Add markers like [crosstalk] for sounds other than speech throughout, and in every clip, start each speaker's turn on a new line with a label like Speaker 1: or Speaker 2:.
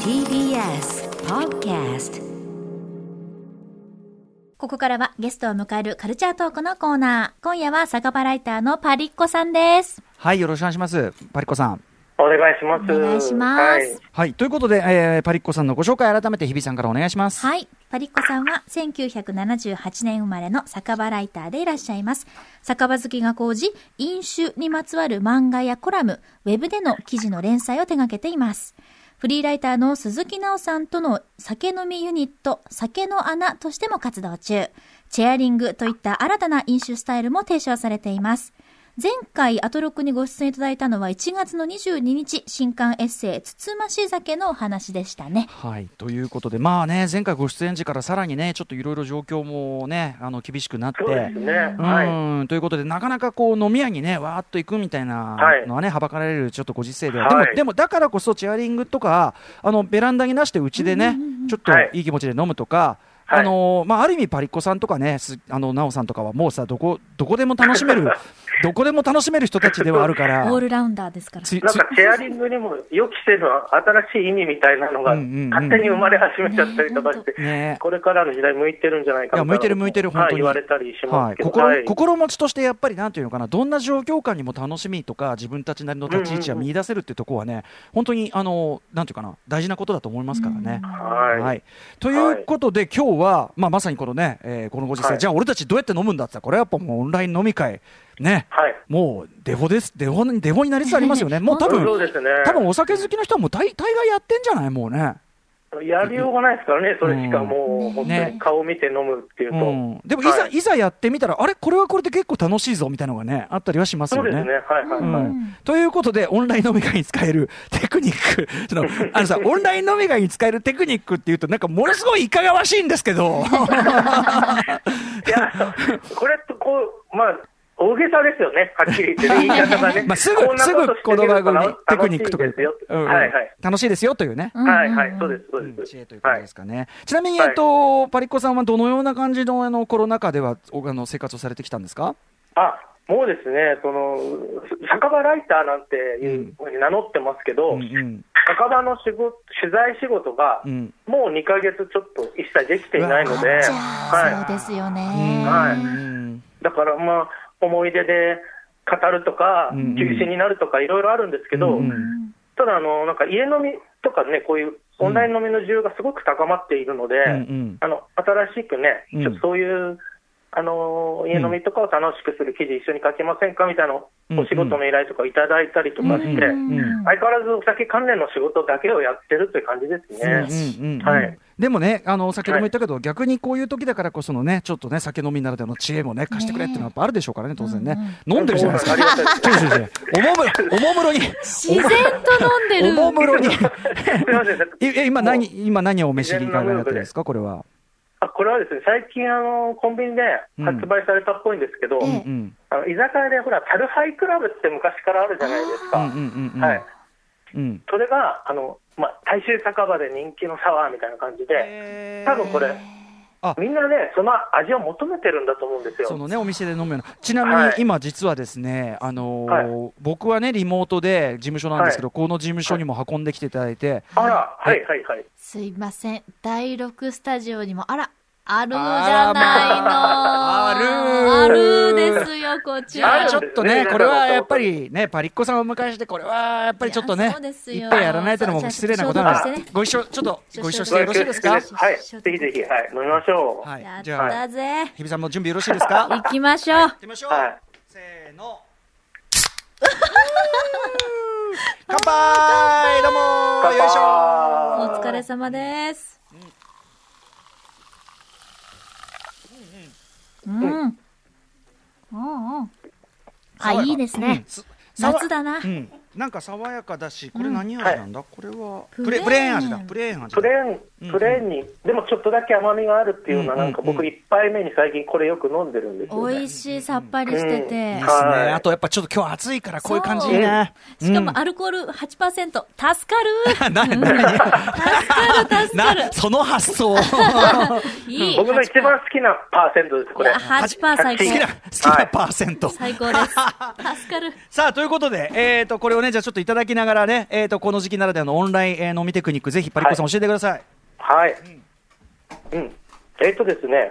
Speaker 1: TBS Podcast
Speaker 2: ここからはゲストを迎えるカルチャートークのコーナー。今夜は酒場ライターのパリッコさんです。
Speaker 3: はい、よろしくお願いします。パリッコさん。
Speaker 4: お願いします。
Speaker 2: お願いします
Speaker 4: はい
Speaker 3: はい、ということで、えーパリッコさんのご紹介改めて日比さんからお願いします。
Speaker 2: はい。パリッコさんは1978年生まれの酒場ライターでいらっしゃいます。酒場好きが講じ、飲酒にまつわる漫画やコラム、ウェブでの記事の連載を手掛けています。フリーライターの鈴木奈緒さんとの酒飲みユニット、酒の穴としても活動中。チェアリングといった新たな飲酒スタイルも提唱されています。前回アトロックにご出演いただいたのは1月の22日、新刊エッセイ、つつまし酒のお話でしたね。
Speaker 3: はい、ということで、まあね、前回ご出演時からさらにね、ちょっといろいろ状況もね、あの厳しくなって。
Speaker 4: そうですね。
Speaker 3: う
Speaker 4: はい。
Speaker 3: ーんということで、なかなかこう飲み屋にね、わーっと行くみたいなのはね、はばかられるちょっとご時世では、
Speaker 4: はい
Speaker 3: でも、でもだからこそ、チェアリングとか、あのベランダに出して、うちでね、ちょっと
Speaker 4: はい
Speaker 3: いい気持ちで飲むとか、
Speaker 4: はい
Speaker 3: あのーまあ、ある意味、パリッコさんとかね、すあの奈緒さんとかは、もうさどこ、どこでも楽しめ [laughs] る、どこでも楽しめる人たちではあるから、
Speaker 2: オールラウンダーですから。
Speaker 3: つい
Speaker 4: なん
Speaker 3: つい
Speaker 4: かチェアリングにも予期せぬ新しい意味みたいなのが
Speaker 3: うんうんうん
Speaker 4: 勝手に生まれ始めちゃったりとかして、
Speaker 3: ね
Speaker 4: これからの時代向いてるんじゃないか
Speaker 3: いや
Speaker 4: みた
Speaker 3: 向いてる向いてる、本当に。
Speaker 4: はい、言われたりしま
Speaker 3: は
Speaker 4: す
Speaker 3: い
Speaker 4: けど、
Speaker 3: 心
Speaker 4: はい
Speaker 3: 心持ちとしてやっぱりなんていうのかな、どんな状況下にも楽しみとか、自分たちなりの立ち位置は
Speaker 4: うんうんうん
Speaker 3: 見出せるってとこはね、本当にあのなんていうかな、大事なことだと思いますからね。
Speaker 4: はい
Speaker 3: はい、ということで、今日は、まあ、まさにこのね、えーこのご時世、
Speaker 4: はい
Speaker 3: じゃあ、俺たちどうやって飲むんだってさこれはやっぱもうオンライン飲み会、ね、
Speaker 4: はい
Speaker 3: もうデフォです、デフォデフォになりつつありますよね、もう多
Speaker 4: そう
Speaker 3: 分
Speaker 4: ですね。
Speaker 3: 多分お酒好きの人はもう大大概やってんじゃない、もうね。
Speaker 4: やりようがないですからね、それしかもう、
Speaker 2: うん
Speaker 4: 本
Speaker 3: ね
Speaker 4: 当に顔見て飲むっていうと。
Speaker 3: うん、でもいざ、
Speaker 4: はい
Speaker 3: い、ざやってみたら、あれ、これはこれで結構楽しいぞみたいなのがね、あったりはします
Speaker 4: そ
Speaker 3: よ
Speaker 4: うですね。はいはいはい。
Speaker 3: うんということで、オンライン飲み会に使えるテクニック、 [laughs] そのあのさ、オンライン飲み会に使えるテクニックっていうと、なんかものすごいいかがわしいんですけど、
Speaker 4: いや、これってこう、まあ、大げさですよね。はっきり言ってる言い方がね
Speaker 3: [laughs] 。まあ、すぐ
Speaker 4: こん、な
Speaker 3: す
Speaker 4: と
Speaker 3: ぐ
Speaker 4: して
Speaker 3: この
Speaker 4: みる
Speaker 3: 番
Speaker 4: と
Speaker 3: 組、テクニックとか
Speaker 4: 楽しいです
Speaker 3: う
Speaker 4: よ
Speaker 3: んうん
Speaker 4: はいはい。
Speaker 3: 楽しいですよというね。
Speaker 4: はいはい、そうです、そう
Speaker 3: うん
Speaker 4: です。
Speaker 3: 知恵ということ
Speaker 4: は
Speaker 3: ですかね、ちなみに、
Speaker 4: はい
Speaker 3: えっと、パリッコさんはどのような感じのあのコロナ禍ではおあの生活をされてきたんですか
Speaker 4: あ、もうですね、その、酒場ライターなんていうふうに名乗ってますけど、
Speaker 3: うんうん
Speaker 4: 酒場の仕事、取材仕事が、
Speaker 3: うん
Speaker 4: もう2ヶ月ちょっと一切できていないので、
Speaker 2: じゃあ、
Speaker 4: は
Speaker 2: そうですよ
Speaker 3: うん
Speaker 2: ね。
Speaker 4: はい
Speaker 3: うん
Speaker 4: い。だからまあ、思い出で語るとか、
Speaker 3: うんうん
Speaker 4: 中止になるとかいろいろあるんですけど、
Speaker 3: うん
Speaker 4: ただあの、なんか家飲みとかね、こういうオンライン飲みの需要がすごく高まっているので、
Speaker 3: うん
Speaker 4: あの新しくね、
Speaker 3: うん
Speaker 4: ちょっとそういう、あのー家飲みとかを楽しくする記事、一緒に書けませんかみたいな
Speaker 3: うん
Speaker 4: お仕事の依頼とかいただいたりとかして、
Speaker 2: うんうん
Speaker 4: 相変わらずお酒関連の仕事だけをやってるという感じです
Speaker 3: うん
Speaker 4: ね。
Speaker 3: うんうん
Speaker 4: はい
Speaker 3: でもね、あの先ほども言ったけど、逆にこういう時だからこそのね、ちょっとね、酒飲みならではの知恵もね、貸してくれっていうのはやっぱあるでしょうからね、当然ね、飲んでるじゃないですか、
Speaker 4: ありがたいです
Speaker 3: ちょいちょいちょいおもむろ、おもむろに、
Speaker 2: 自然と飲んで
Speaker 3: お
Speaker 2: る。
Speaker 3: もむろ
Speaker 4: [laughs]
Speaker 3: に、
Speaker 4: すいません
Speaker 3: いえ今
Speaker 4: もう
Speaker 3: 何、今何をお召しに伺いになってるんですか、これは。
Speaker 4: あこれはですね、最近あの、コンビニで発売されたっぽいんですけど、
Speaker 2: うんええ
Speaker 3: うん
Speaker 4: あの居酒屋でほら、タルハイクラブって昔からあるじゃないです
Speaker 3: う
Speaker 4: か。
Speaker 3: んうんうん
Speaker 4: はい、
Speaker 3: うん
Speaker 4: それがあの、まあ、大衆酒場で人気のサワーみたいな感じで、多分これ、
Speaker 3: あ
Speaker 4: みんなね、その味を求めてるんだと思うんですよ。
Speaker 3: そのねお店で飲むようなちなみ
Speaker 4: は
Speaker 3: に
Speaker 4: い
Speaker 3: 今実はですねあのー
Speaker 4: は
Speaker 3: 僕はねリモートで事務所なんですけどこの事務所にも運んできていただいて
Speaker 4: あら、はいはいはい。
Speaker 2: すいません。第6スタジオにも、あら、あるじ
Speaker 3: あ
Speaker 2: ゃ
Speaker 3: らまあ
Speaker 2: ないの。
Speaker 3: ある
Speaker 2: あるですよ、こち
Speaker 3: あー
Speaker 2: ら。
Speaker 3: ちょっと
Speaker 4: そうです
Speaker 3: ね
Speaker 4: ね
Speaker 3: これはやっぱりねパリッコさんをお迎えしてこれはやっぱりちょっと
Speaker 2: い
Speaker 3: ね
Speaker 2: やそうですよ
Speaker 3: いっぱいやらないというのも失礼なことなん
Speaker 2: じゃ
Speaker 3: で
Speaker 2: あ
Speaker 3: すご一緒ちょっとご一緒して
Speaker 2: はい
Speaker 3: よろしいですか
Speaker 4: はい、ぜひぜひ、はい、飲みましょう。
Speaker 3: はい
Speaker 2: やっ
Speaker 3: じゃあ
Speaker 2: たぜ。
Speaker 3: 日比さんも準備よろしいですか
Speaker 2: 行きましょう
Speaker 3: 行っ。てみましょう、
Speaker 4: はい
Speaker 3: せーの乾杯どうもーよいしょー
Speaker 2: お疲れ様です。うん。うんうん。あ、いいですね。
Speaker 3: さわ
Speaker 2: 夏だな
Speaker 3: うん、なんか爽やかだしこれ何味なんだ、これは
Speaker 2: プ
Speaker 3: プ
Speaker 2: レーン
Speaker 3: レプレーン味だプレーン味だ
Speaker 4: プレーン、プレーンに、でもちょっとだけ甘みがあるっていうのは、
Speaker 3: うんうんう
Speaker 4: なんんか僕、一杯目に最近これよく飲んでるんですよ、
Speaker 2: 美
Speaker 4: ね。
Speaker 2: 味しい、さっぱりして
Speaker 3: い
Speaker 2: て
Speaker 3: いで。すね、
Speaker 4: はい
Speaker 3: あとやっぱちょっと今日暑いからこういう感じ
Speaker 2: そう
Speaker 3: いいね
Speaker 2: しかもアルコール8%、助か
Speaker 3: [laughs]
Speaker 2: る
Speaker 3: なな
Speaker 2: 助かる助かる
Speaker 3: なその発 [laughs] 想
Speaker 2: いい
Speaker 4: 僕の一番好きなパーセントです、こ
Speaker 2: い
Speaker 4: れ。
Speaker 2: や8%最
Speaker 3: 好き
Speaker 2: 高
Speaker 3: な好きなパーセント、
Speaker 2: 最高です助かる
Speaker 3: さあということで、えー、とこれをね、じゃあちょっといただきながらね、えっ、と、この時期ならではのオンライン、えー飲みテクニック、ぜひパリコさん教えてください。
Speaker 4: はい。うん。えっ、とですね、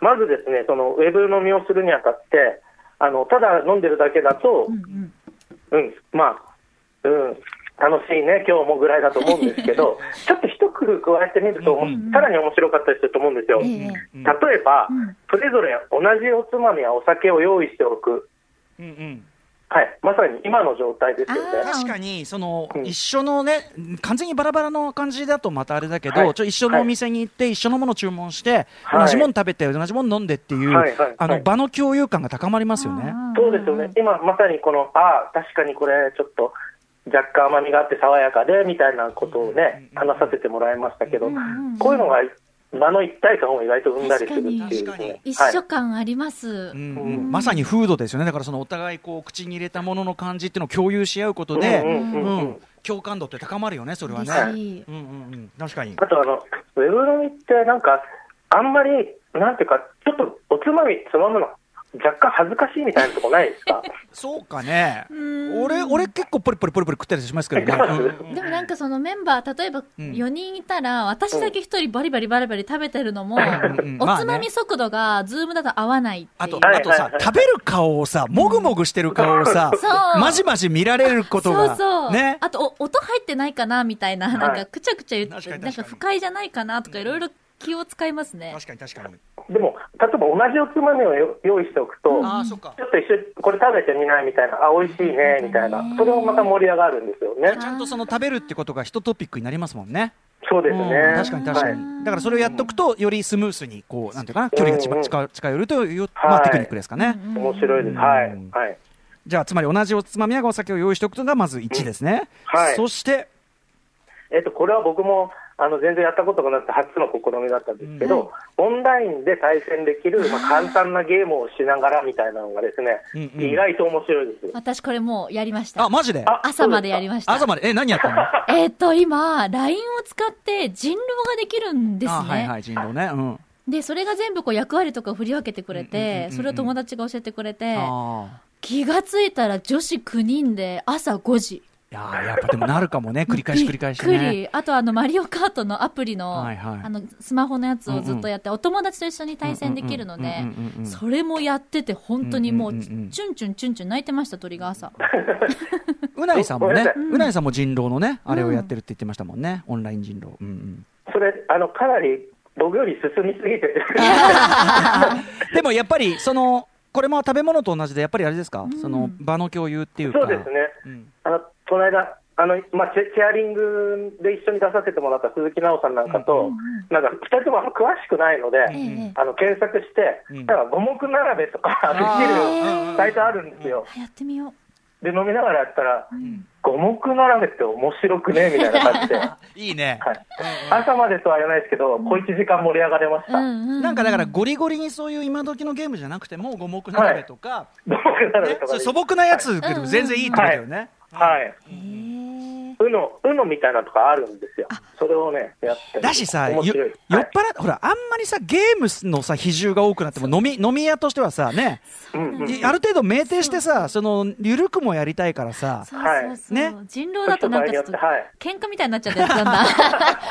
Speaker 4: まずですね、そのウェブ飲みをするにあたって、あのただ飲んでるだけだと、
Speaker 2: うんうん。
Speaker 4: うん、まあ、うん、楽しいね、今日もぐらいだと思うんです
Speaker 2: [laughs]
Speaker 4: けど、ちょっと一工夫加えてみると、さらに面白かったりすると思うんですよ。
Speaker 2: え
Speaker 4: 例
Speaker 2: え
Speaker 3: うん
Speaker 4: えば
Speaker 2: うん、
Speaker 4: それぞれ同じおつまみやお酒を用意しておく。
Speaker 3: うんうん
Speaker 4: はい、まさに今の状態ですよ
Speaker 2: あ
Speaker 4: ね。
Speaker 3: 確かに、その、
Speaker 4: うん
Speaker 3: 一緒のね、完全にバラバラの感じだとまたあれだけど、
Speaker 4: はい
Speaker 3: ちょ一緒のお店に行って、一緒のものを注文して、
Speaker 4: はい
Speaker 3: 同じもの食べて、同じもの飲んでっていう、
Speaker 4: はいはい
Speaker 3: あの、
Speaker 4: はい
Speaker 3: 場の共有感が高まりますよね。
Speaker 4: そうですよね。。今まさにこの、ああ、確かにこれちょっと若干甘みがあって爽やかで、みたいなことをね、話させてもらいましたけど
Speaker 2: うんうんうん、
Speaker 4: こういうのが場の一体感を意外と生んだりするっていう
Speaker 3: 確かに確かに
Speaker 4: ね。
Speaker 2: 一
Speaker 4: はい
Speaker 2: 緒感あります。
Speaker 3: うんうんまさにフードですよね、だからそのお互いこう口に入れたものの感じっていうのを共有し合うことで、
Speaker 4: うんうんうんうん
Speaker 3: うん共感度って高まるよね、それはね。
Speaker 2: 嬉しい。
Speaker 3: うんうんうん、確かに。
Speaker 4: あとあの、ウェブ飲みってなんか、あんまり、なんていうか、ちょっとおつまみつまむの、若干恥ずかしいみたいなとこないですか
Speaker 3: そうかね。
Speaker 2: うん
Speaker 3: 俺、俺結構ポリポリポリポリ食ったりしますけどね。うん
Speaker 2: でもなんかそのメンバー、例えば
Speaker 3: うん
Speaker 2: 4人いたら、私だけ1人バリバリバリバリ食べてるのも、
Speaker 3: ん
Speaker 2: お
Speaker 3: まあね
Speaker 2: つまみ速度がズームだと合わないっていう。
Speaker 3: あと、
Speaker 4: はい
Speaker 3: あとさ、
Speaker 4: はいはい
Speaker 3: 食べる顔をさ、もぐもぐしてる顔をさ
Speaker 2: そ、う
Speaker 3: まじまじ見られること
Speaker 2: そう
Speaker 3: が、
Speaker 2: そう。
Speaker 3: ね。
Speaker 2: あとお、音入ってないかなみたいな、なんかくちゃくちゃ言っ
Speaker 3: 確
Speaker 2: て、
Speaker 3: かに
Speaker 2: なん
Speaker 3: 確か
Speaker 2: か不
Speaker 3: に
Speaker 2: 快じゃないかなとかいろいろ気を使いますね。
Speaker 3: 確かに確かに。
Speaker 4: でも、例えば同じおつまみをよ用意しておくと、
Speaker 3: ああ、そっか
Speaker 4: ち。ょっと一緒にこれ食べてみないみたいな、あ、美味しいね、みたいな。それもまた盛り上がるんですよね
Speaker 3: ち。ゃんとその食べるってことが一トピックになりますもんね。
Speaker 4: そうです
Speaker 3: うん
Speaker 4: ね。
Speaker 3: 確かに確か
Speaker 4: はい
Speaker 3: に。だからそれをやっとくと、よりスムースに、こう、なんていうかな、距離が近
Speaker 4: うん
Speaker 3: 近近寄るという、まあ、
Speaker 4: はい
Speaker 3: テクニックですかね。
Speaker 4: 面白いです。はい。はい。
Speaker 3: じゃあ、つまり同じおつまみやお酒を用意しておくとが、まず1ですね。
Speaker 4: うんはい
Speaker 3: そして、
Speaker 4: えっと、これは僕も、あの、全然やったことがなくて、初の試みだったんですけど、オンラインで対戦できる、まあ、簡単なゲームをしながらみたいなのがですね、
Speaker 3: うんうん
Speaker 4: 意外と面白いです。
Speaker 2: 私これもうやりました
Speaker 3: あ、。マジで
Speaker 4: あ
Speaker 2: 朝までやりました
Speaker 3: 朝。まで、え、何やったの
Speaker 2: えっと、今、LINE を使って人狼ができるんです
Speaker 3: あはい
Speaker 2: ね。
Speaker 3: はい、人狼ね。うん。
Speaker 2: で、それが全部こう役割とかを振り分けてくれ
Speaker 3: うんうんうんう
Speaker 2: て
Speaker 3: ん、
Speaker 2: それを友達が教えてくれて、
Speaker 3: ああ。
Speaker 2: 気がついたら女子9人で朝5時。
Speaker 3: いやーやっぱでもなるかもね、繰り返し繰り返し
Speaker 2: [laughs] びっく
Speaker 3: ね。
Speaker 2: り。あとあの、マリオカートのアプリの、
Speaker 3: はいはい
Speaker 2: あの、スマホのやつをずっとやって、お友達と一緒に対戦できるので
Speaker 3: うんうんうんうんうんうん、
Speaker 2: それもやってて、本当にもう、
Speaker 3: うん
Speaker 2: チ
Speaker 3: うんうん
Speaker 2: ュ
Speaker 3: うん
Speaker 2: ンチュンチュンチュン泣いてました、鳥が朝。
Speaker 3: うないさんもね
Speaker 4: ごめんなさい、
Speaker 3: うないさんも人狼のね、あれをやってるって言ってましたもんね、オンライン人狼。うんうん
Speaker 4: それ、あの、かなり、僕より進みすぎて
Speaker 3: [laughs]
Speaker 4: て、
Speaker 3: でもやっぱり、その、これも食べ物と同じで、やっぱりあれですか、その場の共有っていうか。
Speaker 4: そうですね。
Speaker 3: うん。
Speaker 4: あの、この間、あの、まあ、チェチェアリングで一緒に出させてもらった鈴木奈緒さんなんかと、なんか、二人ともあんま詳しくないので、
Speaker 2: ええ
Speaker 4: あの、検索して、
Speaker 3: うん
Speaker 4: だから五目並べとか
Speaker 3: あ
Speaker 4: できる
Speaker 3: ー
Speaker 4: サイトあるんですよ。
Speaker 2: あやってみよう。
Speaker 4: で、飲みながらやったら、五目並べって面白くねみたいな感
Speaker 2: [laughs]
Speaker 4: じで、はい、
Speaker 3: いいね。
Speaker 4: 朝までとは言わないですけど、小一時間盛り上がれまし
Speaker 2: う
Speaker 4: た。
Speaker 2: んうん。
Speaker 3: なんかだから、ゴリゴリにそういう今時のゲームじゃなくても、五目並べとか、
Speaker 4: 五目並べ
Speaker 3: ね
Speaker 4: とか
Speaker 3: そう
Speaker 4: で
Speaker 3: 素朴なやつけど、全然いいってことだよね。
Speaker 4: はい。
Speaker 2: へえ。
Speaker 4: うの、うのみたいなのとかあるんですよ。それをね、やって。
Speaker 3: だしさ、よ
Speaker 4: 面
Speaker 3: 酔っ
Speaker 4: 白い。
Speaker 3: 払っ、ほら、あんまりさ、ゲームのさ、比重が多くなっても、飲み、飲み屋としてはさ、ね、
Speaker 4: うんうん
Speaker 3: いある程度酩酊してさ、その、ゆるくもやりたいからさ、
Speaker 2: そうそうそう。
Speaker 3: はい
Speaker 2: 人狼だとなんかちょっと、
Speaker 4: はい
Speaker 2: 喧嘩みたいになっちゃったやつなん [laughs] だ。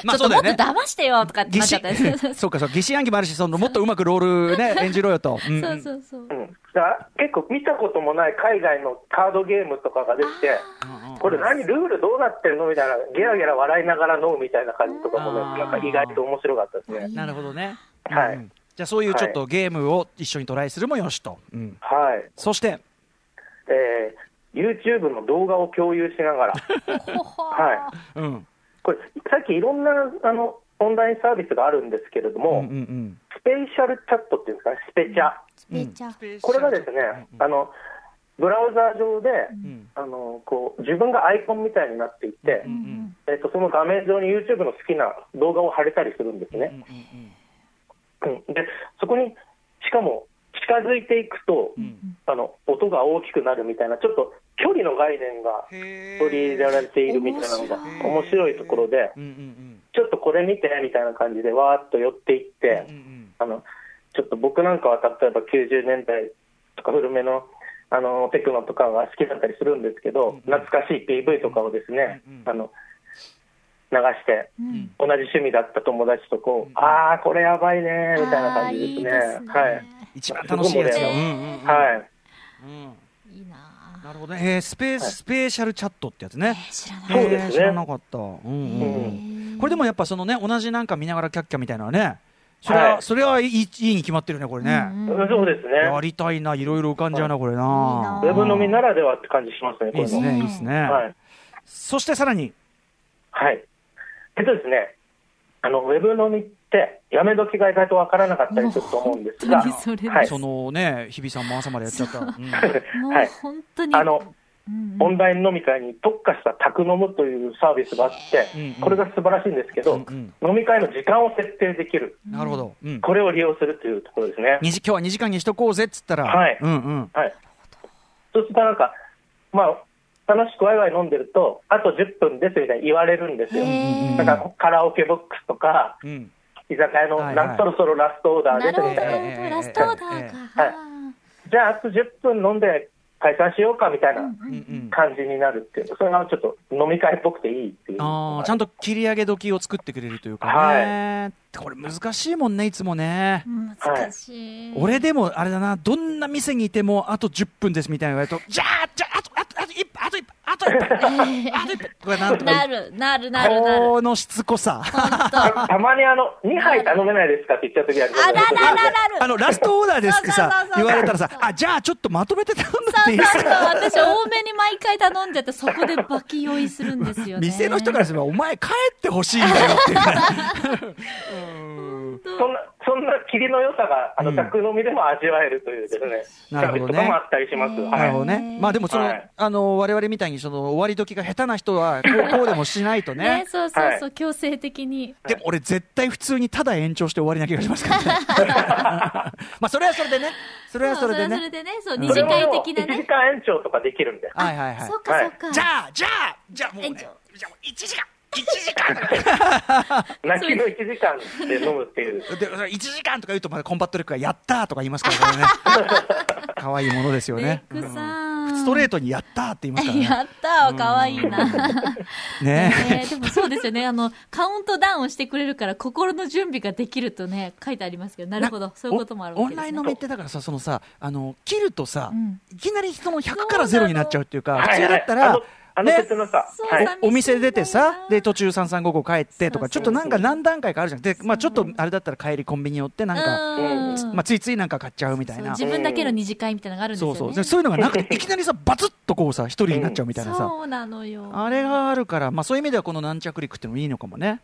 Speaker 2: ち
Speaker 3: [laughs]
Speaker 2: ょ
Speaker 3: まあ
Speaker 2: っと
Speaker 3: そうだ
Speaker 2: もっ
Speaker 3: よ
Speaker 2: と
Speaker 3: ね
Speaker 2: 騙してよとかって
Speaker 3: 疑
Speaker 2: なっちゃ
Speaker 3: 心
Speaker 2: ったやつ。 [laughs] そう
Speaker 3: [laughs] そうか、そう、疑心暗鬼もあるし、その、もっとうまくロールね、演じろよと。うんうん
Speaker 2: そうそう。
Speaker 4: うん、だから結構見たこともない海外のカードゲームとかができて、これ何、ルールどうなってるのみたいな、ゲラゲラ笑いながら飲むみたいな感じとかもね、
Speaker 3: あー
Speaker 4: なんか意外と面白かったですね。
Speaker 3: なるほどね。
Speaker 4: はい
Speaker 3: うんじゃあ、そういうちょっとゲームを一緒にトライするもよしと。うん
Speaker 4: はい。
Speaker 3: そして、
Speaker 4: えー、YouTube の動画を共有しながら、
Speaker 2: ほほー
Speaker 4: は
Speaker 3: うん。
Speaker 4: これ、さっきいろんなあのオンラインサービスがあるんですけれど
Speaker 3: うん
Speaker 4: も、
Speaker 3: うん
Speaker 4: スペシャルチャットっていうんですかね、スペチャ。
Speaker 2: スペチャ
Speaker 3: うん。
Speaker 4: これがですね、あの、ブラウザー上で、
Speaker 3: うん。
Speaker 4: あの、こう、自分がアイコンみたいになっていて、
Speaker 3: うんうん
Speaker 4: えっと、その画面上に YouTube の好きな動画を貼れたりするんです
Speaker 3: うん
Speaker 4: ね。
Speaker 3: うん
Speaker 4: うんで、そこに、しかも、近づいていくと、
Speaker 3: うん
Speaker 4: あの、音が大きくなるみたいな、ちょっと距離の概念が
Speaker 3: へー
Speaker 4: 取り入れられているみたいなのが
Speaker 2: 面
Speaker 3: 白い
Speaker 4: 面白いところで
Speaker 3: う、んうん
Speaker 4: ちょっとこれ見て、みたいな感じで、わーっと寄っていっ
Speaker 3: うんうんう
Speaker 4: て、
Speaker 3: ん
Speaker 4: あの、ちょっと僕なんかは例えば90年代とか古めのあのテクノとかが好きだったりするんですけど、懐かしい PV とかをですね、
Speaker 3: うんうん
Speaker 4: あの流して、
Speaker 2: うん
Speaker 4: 同じ趣味だった友達とこう、ああ、これやばいねみたいな
Speaker 2: あー
Speaker 4: 感じです
Speaker 2: いい
Speaker 4: ね。
Speaker 2: ですね。
Speaker 4: はい。
Speaker 3: 一番楽しいやつ
Speaker 4: そ
Speaker 3: よ。
Speaker 4: こ
Speaker 3: う
Speaker 4: も
Speaker 3: ん
Speaker 4: ね
Speaker 3: うんうん
Speaker 4: はい。
Speaker 3: うん
Speaker 2: いいなぁ
Speaker 3: なるほどね。えースペー
Speaker 4: はい
Speaker 3: ス、スペシャルチャットってやつね。
Speaker 2: えー知らない。
Speaker 4: そうですね
Speaker 3: えー知らなかった。うんうん
Speaker 4: う
Speaker 3: うん
Speaker 4: ん
Speaker 3: これでもやっぱそのね、同じなんか見ながらキャッキャみたいなのはね、それは、
Speaker 4: はい
Speaker 3: それはいい、いいに決まってるね、これね。
Speaker 2: うんうん
Speaker 4: そうです
Speaker 3: や
Speaker 4: ね。
Speaker 3: りたいな、いろいろ浮かんじゃうな、これ
Speaker 2: な
Speaker 3: な。
Speaker 4: ウェブ飲みな
Speaker 3: ら
Speaker 4: らではって感じしますね、こ
Speaker 3: いい
Speaker 4: れ
Speaker 3: です
Speaker 4: も。
Speaker 3: ね、いいですね。
Speaker 4: はい。
Speaker 3: そしてさらに、
Speaker 4: はい。えっとですね、あの、ウェブ飲みって、やめ時が意外とわからなかったりすると思うんです
Speaker 2: もう
Speaker 4: が、
Speaker 2: 本当にそれです
Speaker 4: はい。
Speaker 3: そのね、日比さんも朝までやっちゃった。うん
Speaker 2: も
Speaker 4: は
Speaker 2: う
Speaker 4: い
Speaker 2: 本当に。
Speaker 4: あの、
Speaker 2: うんうん、
Speaker 4: オンライン飲み会に特化した宅飲むというサービスがあって
Speaker 3: うんうん、
Speaker 4: これが素晴らしいんですけど、
Speaker 3: うん
Speaker 4: 飲み会の時間を設定できる。
Speaker 3: なるほど。うん。
Speaker 4: これを利用するというところですね。
Speaker 3: 二時今日は2時間にしとこうぜっつったら、
Speaker 4: はい
Speaker 3: うんうん。
Speaker 4: はい。そうするとなんか、まあ、楽しくワイワイ飲んでると、あと10分ですみたいに言われるんですよ。
Speaker 2: へー
Speaker 4: だからカラオケボックスとか、
Speaker 3: うん。
Speaker 4: 居酒屋の、
Speaker 3: はいはい
Speaker 4: なんそろそろラストオーダー
Speaker 2: な
Speaker 4: で
Speaker 2: る
Speaker 4: す
Speaker 2: ほ
Speaker 4: み
Speaker 2: ど、
Speaker 4: たい
Speaker 2: な
Speaker 4: な
Speaker 2: るほど。ラストオーダーか。
Speaker 4: はいじゃあ、あと10分飲んで解散しようかみたいな
Speaker 3: うんうん。
Speaker 4: 感じになるっていう、それがちょっと飲み会っぽくていいっていう。
Speaker 3: ああ、ちゃんと切り上げ時を作ってくれるというかね。これ難しいもんね、いつもね。
Speaker 2: 難しい。
Speaker 3: 俺でもあれだな、どんな店にいてもあと10分ですみたいな言われると、じゃあ、じゃあ、あと、あと、あと1分、あと1分、あと1分、あと1分、これなんとか
Speaker 2: な
Speaker 3: 言う
Speaker 2: る、なる、なる、なる。
Speaker 3: このしつこさ。
Speaker 2: [laughs]
Speaker 4: たたまにあの、2杯頼めないですかって言っちゃう時あります
Speaker 2: あら
Speaker 4: よね
Speaker 2: ららら
Speaker 3: あ
Speaker 2: ら。
Speaker 3: の、ラストオーダーですっ
Speaker 2: そ
Speaker 3: て
Speaker 2: うそう
Speaker 3: さ
Speaker 2: そう、そう
Speaker 3: 言われたらさ、あ、じゃあちょっとまとめて頼んだっ
Speaker 2: そ
Speaker 3: て
Speaker 2: う
Speaker 3: いい
Speaker 2: そうそ
Speaker 3: です
Speaker 2: う。
Speaker 3: か
Speaker 2: 私、多めに毎回頼んじゃって、そこでバキ用意するんですよね。
Speaker 3: 店の人からすれば、お前帰ってほしいんだよっていうね。
Speaker 4: そんな、そんな霧の良さが、あ
Speaker 3: う
Speaker 4: の、
Speaker 3: ん
Speaker 4: 宅飲みでも味わえるというですね、
Speaker 3: なるほどね
Speaker 4: サービスとかもあったりします。
Speaker 2: ね
Speaker 4: はい
Speaker 3: なるほどね。まあでもその、
Speaker 4: はい
Speaker 3: あの、我々みたいにその終わり時が下手な人は、こうこうでもしないと
Speaker 2: ね
Speaker 3: ね。
Speaker 2: そうそうそう、強制的に。
Speaker 3: でも俺絶対普通にただ延長して終わりな気がしますからね。
Speaker 2: [laughs]
Speaker 3: まあそれはそれでね。それはそれで
Speaker 2: それ
Speaker 3: ね。
Speaker 2: でね、そう、
Speaker 3: ん
Speaker 2: 二
Speaker 4: こ
Speaker 2: 次
Speaker 4: れも
Speaker 2: 会的な
Speaker 4: 1時
Speaker 2: ね。
Speaker 4: 間延長とかできるんで。
Speaker 3: はいはいはい
Speaker 2: そ。っかそっか。
Speaker 3: じゃあ、じゃあ、じゃあもうね、
Speaker 2: 延
Speaker 3: じゃ
Speaker 2: 長
Speaker 3: あもう1時間 !1 時間
Speaker 4: 泣きの1時間で飲むっていう。
Speaker 3: で、1時間とか言うとまだコンバットレックがやったーとか言いますか
Speaker 2: [laughs]
Speaker 3: らね。可愛いものですよね。
Speaker 2: レックさん。
Speaker 3: ストレートにやったーって言いますからね。
Speaker 2: [laughs] やったー、かわいい
Speaker 3: [laughs]
Speaker 2: な。
Speaker 3: ね
Speaker 2: えーでもそうですよね。あの、カウントダウンをしてくれるから、心の準備ができるとね、書いてありますけど、なるほど。そういうこともある
Speaker 3: オ
Speaker 2: わ
Speaker 3: ン
Speaker 2: けで
Speaker 3: ライ
Speaker 2: す
Speaker 3: ン
Speaker 2: ね
Speaker 3: 飲。みってだからさそのさあの切るとさ、
Speaker 2: うん
Speaker 3: いきなり人の100から0になっちゃうっていうか
Speaker 4: は
Speaker 3: 普
Speaker 4: い
Speaker 3: 通だったら、
Speaker 4: はいあの、あの
Speaker 3: ね
Speaker 4: 説のさ、
Speaker 2: そう
Speaker 4: はい。
Speaker 2: さ
Speaker 3: お店出てさで途中3355帰ってと
Speaker 2: そうそう
Speaker 3: かちょっとなんか何段階かあるじゃんで、まあ、ちょっとあれだったら帰りコンビニ寄ってなんか、
Speaker 2: うん
Speaker 3: まあ、ついついなんか買っちゃうみたい
Speaker 2: そう
Speaker 3: な
Speaker 2: 自分だけの二次会みたいなのがあるんです
Speaker 3: そ
Speaker 2: よ
Speaker 3: う
Speaker 2: ね。
Speaker 3: そうでそういうのがなくていきなりさバツッとこうさ一人になっちゃうみたいなさ、
Speaker 2: そうなのよ。
Speaker 3: あれがあるから、まあ、そういう意味ではこの軟着陸ってのもいいのかもね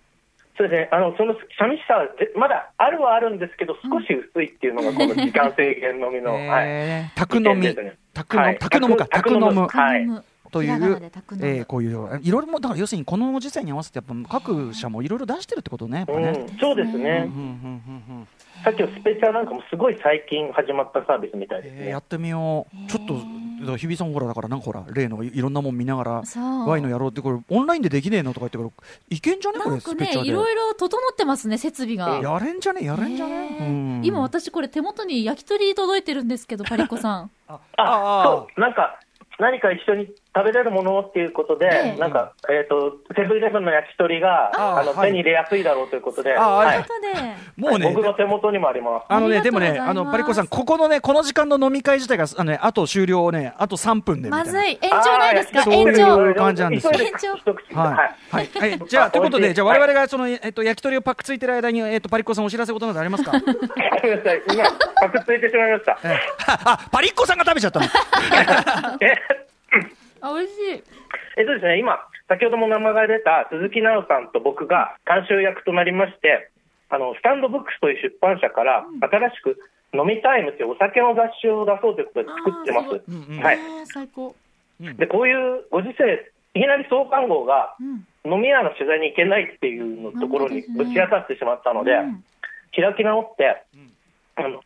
Speaker 4: そうですね、あのその寂しさはぜまだあるはあるんですけど、少し薄いっていうのが、この時間制限のみの、はい、
Speaker 3: えー宅飲み
Speaker 4: いいですね
Speaker 3: 宅飲
Speaker 4: はい
Speaker 3: 宅飲むか宅
Speaker 4: 宅飲
Speaker 3: 飲
Speaker 4: む
Speaker 3: む
Speaker 4: はい
Speaker 3: とい
Speaker 2: ひらが
Speaker 3: う
Speaker 2: なで宅、飲む
Speaker 3: えーこういういろいろもだから要するにこの時代に合わせてやっぱ各社もいろいろ出してるってことねやっぱ
Speaker 4: う
Speaker 3: ね。
Speaker 4: ん、そうですね、
Speaker 3: うんうんうんうん
Speaker 4: さっきのスペシャルなんかも、すごい最近始まったサービスみたいです
Speaker 3: えーや
Speaker 4: ね。
Speaker 3: ってみよ
Speaker 2: へー
Speaker 3: う。ちょっとだから日比さんほらだからなんかほら例のいろんなもん見ながら
Speaker 2: そう
Speaker 3: ワイのやろうってこれオンラインでできねえのとか言ってからいけんじゃねこ
Speaker 2: な
Speaker 3: れ
Speaker 2: ん
Speaker 3: ス
Speaker 2: か
Speaker 3: ペチャ
Speaker 2: ね、い
Speaker 3: で。
Speaker 2: ろいろ整ってますね、設備が。
Speaker 3: やれんじゃねやれんじゃ
Speaker 2: ね
Speaker 3: ね
Speaker 2: え
Speaker 3: うん
Speaker 2: 今私これ手元に焼き鳥届いてるんですけど、パリコさ
Speaker 3: [laughs]
Speaker 2: ん。
Speaker 4: あ
Speaker 3: あ
Speaker 4: そうなんか何か一緒に食べれるものっていうことで、
Speaker 2: ええ
Speaker 4: なんか、えっ、と、セブンイレブンの焼き鳥が、
Speaker 3: あ
Speaker 4: あの、
Speaker 3: はい
Speaker 4: 手に入れやすいだろうということで、
Speaker 3: ああ
Speaker 4: は
Speaker 3: れ
Speaker 4: い
Speaker 2: 後で、
Speaker 3: もうね
Speaker 4: 僕の手元にもあります。
Speaker 3: あのね
Speaker 2: あり
Speaker 3: で
Speaker 2: がとう
Speaker 3: も
Speaker 2: ございます
Speaker 3: ねあのパリコさんここのねこの時間の飲み会自体があのねあと終了をねあと3分でみた
Speaker 2: ま
Speaker 3: いな
Speaker 2: ずい。延長ないですか
Speaker 3: あー
Speaker 2: 延
Speaker 3: そうい
Speaker 2: 長
Speaker 3: う。感じなんですよ
Speaker 4: 急い
Speaker 2: 延長
Speaker 4: 一口
Speaker 3: は。
Speaker 4: はい
Speaker 3: はい。はい。じゃあ、
Speaker 4: [laughs] あ
Speaker 3: ということ
Speaker 4: 美味し
Speaker 3: で、
Speaker 4: い
Speaker 3: じゃあ、我々がその、えっと、焼き鳥をパックついてる間に、えっと、パリッコさんお知らせことなどあり
Speaker 4: [laughs]
Speaker 3: ますか
Speaker 4: い。ごめんなさい。今、パクついてしまいました。
Speaker 3: ええあ、パリッコさんが食べちゃったの。
Speaker 4: え
Speaker 2: あ、美味しい。
Speaker 4: えっとですね、今、先ほども名前が出た鈴木奈緒さんと僕が監修役となりまして、あの、スタンドブックスという出版社から、新しく飲みタイムというお酒の雑誌を出そうということで作ってま
Speaker 2: あーす
Speaker 3: ごい
Speaker 4: す。
Speaker 3: うんうん
Speaker 4: はい。
Speaker 2: あー最高。
Speaker 4: で、こういうご時世、いきなり創刊号が
Speaker 2: うん。
Speaker 4: 飲み屋の取材に行けないっていうのところにぶち当たってしまったので、
Speaker 2: うん
Speaker 4: 開き直って、あの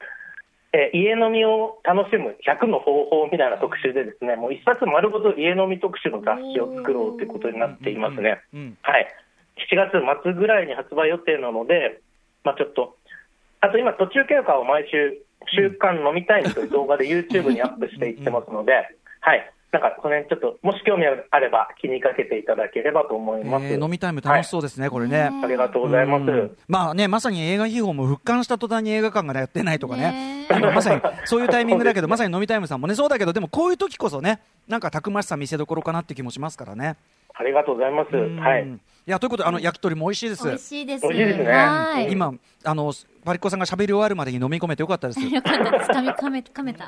Speaker 4: えー家飲みを楽しむ100の方法みたいな特集でですね、もう一冊丸ごと家飲み特集の雑誌を作ろうということになっていますね。
Speaker 3: うん。
Speaker 4: はい。7月末ぐらいに発売予定なので、まあちょっと、あと今途中経過を毎週週刊飲みタイムという動画で YouTube にアップしていってますので、はい。なんか、その辺ちょっと、もし興味あれば気にかけていただければと思います。
Speaker 3: えー飲みタイム楽しそうですね、これね。
Speaker 4: ありがとうございます。
Speaker 3: うんまあね、まさに映画秘宝も復刊した途端に映画館がやってないとかね
Speaker 2: ね、え
Speaker 3: あのまさにそういうタイミングだけど、まさに飲みタイムさんもね、そうだけど、でもこういう時こそね、なんかたくましさ見せどころかなって気もしますからね。
Speaker 4: ありがとうございま
Speaker 3: う
Speaker 4: す。
Speaker 3: ん
Speaker 4: はい。
Speaker 3: いやということで、あの焼き鳥も美味しいです。
Speaker 2: 美味しいです。
Speaker 4: 美味しいですね
Speaker 2: はい。
Speaker 3: 今あのパリッコさんが喋り終わるまでに飲み込めてよかったです。い
Speaker 2: よかったです。噛み、噛め、噛めた。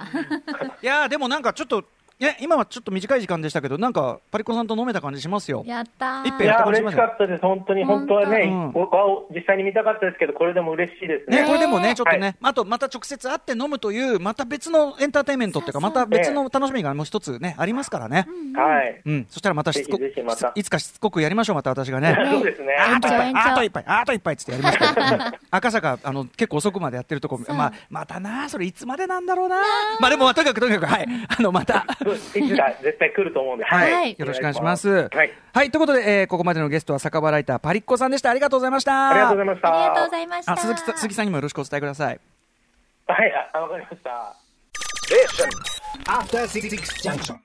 Speaker 3: やーでもなんかちょっとね今はちょっと短い時間でしたけどなんかパリッコさんと飲めた感じしますよ。
Speaker 2: [laughs] やったー。
Speaker 3: 一
Speaker 4: い
Speaker 3: 杯
Speaker 4: や
Speaker 3: やっ
Speaker 4: ー、
Speaker 3: た
Speaker 4: 嬉しかったです。本当に、本当はね、
Speaker 3: 本当
Speaker 4: お顔を実際に見たかったですけど、これでも嬉しいですね。
Speaker 3: ね、これでも
Speaker 2: は
Speaker 3: ね、
Speaker 2: い
Speaker 3: ちょっとね、あとまた直接会って飲むという、また別のエンターテインメントっていうか、
Speaker 2: そうそ
Speaker 3: ま
Speaker 2: う
Speaker 3: た別の楽しみがもう一つね、ありますからね。
Speaker 4: はい。
Speaker 3: うん、そしたらまたしつこ
Speaker 4: ぜひぜひまた
Speaker 3: いつかしつこくやりましょう、また私がね。
Speaker 4: そうですね。
Speaker 3: あ
Speaker 2: 延
Speaker 3: と
Speaker 2: 長
Speaker 3: 一杯
Speaker 2: 延、長
Speaker 3: あと一杯、あと一杯っつってやります [laughs] から、うん赤坂、あの結構遅くまでやってるとこ、
Speaker 2: う
Speaker 3: まあ、またな、それいつまでなんだろうな、まあでも、とにかくとにかく、はい、あのまた。
Speaker 4: いつか絶対来ると思うんで、
Speaker 2: はい
Speaker 3: よろしくお願いします。
Speaker 4: はい。
Speaker 3: はい、ということで、えーここまでのゲストは酒場ライターパリッコさんでした。ありがとうございました。
Speaker 4: ありがとうございました。
Speaker 2: ありがとうございました。
Speaker 3: あ鈴木さん鈴木さんにもよろしくお伝えください。
Speaker 4: はい、あ、わかりました。
Speaker 1: After Six Junction.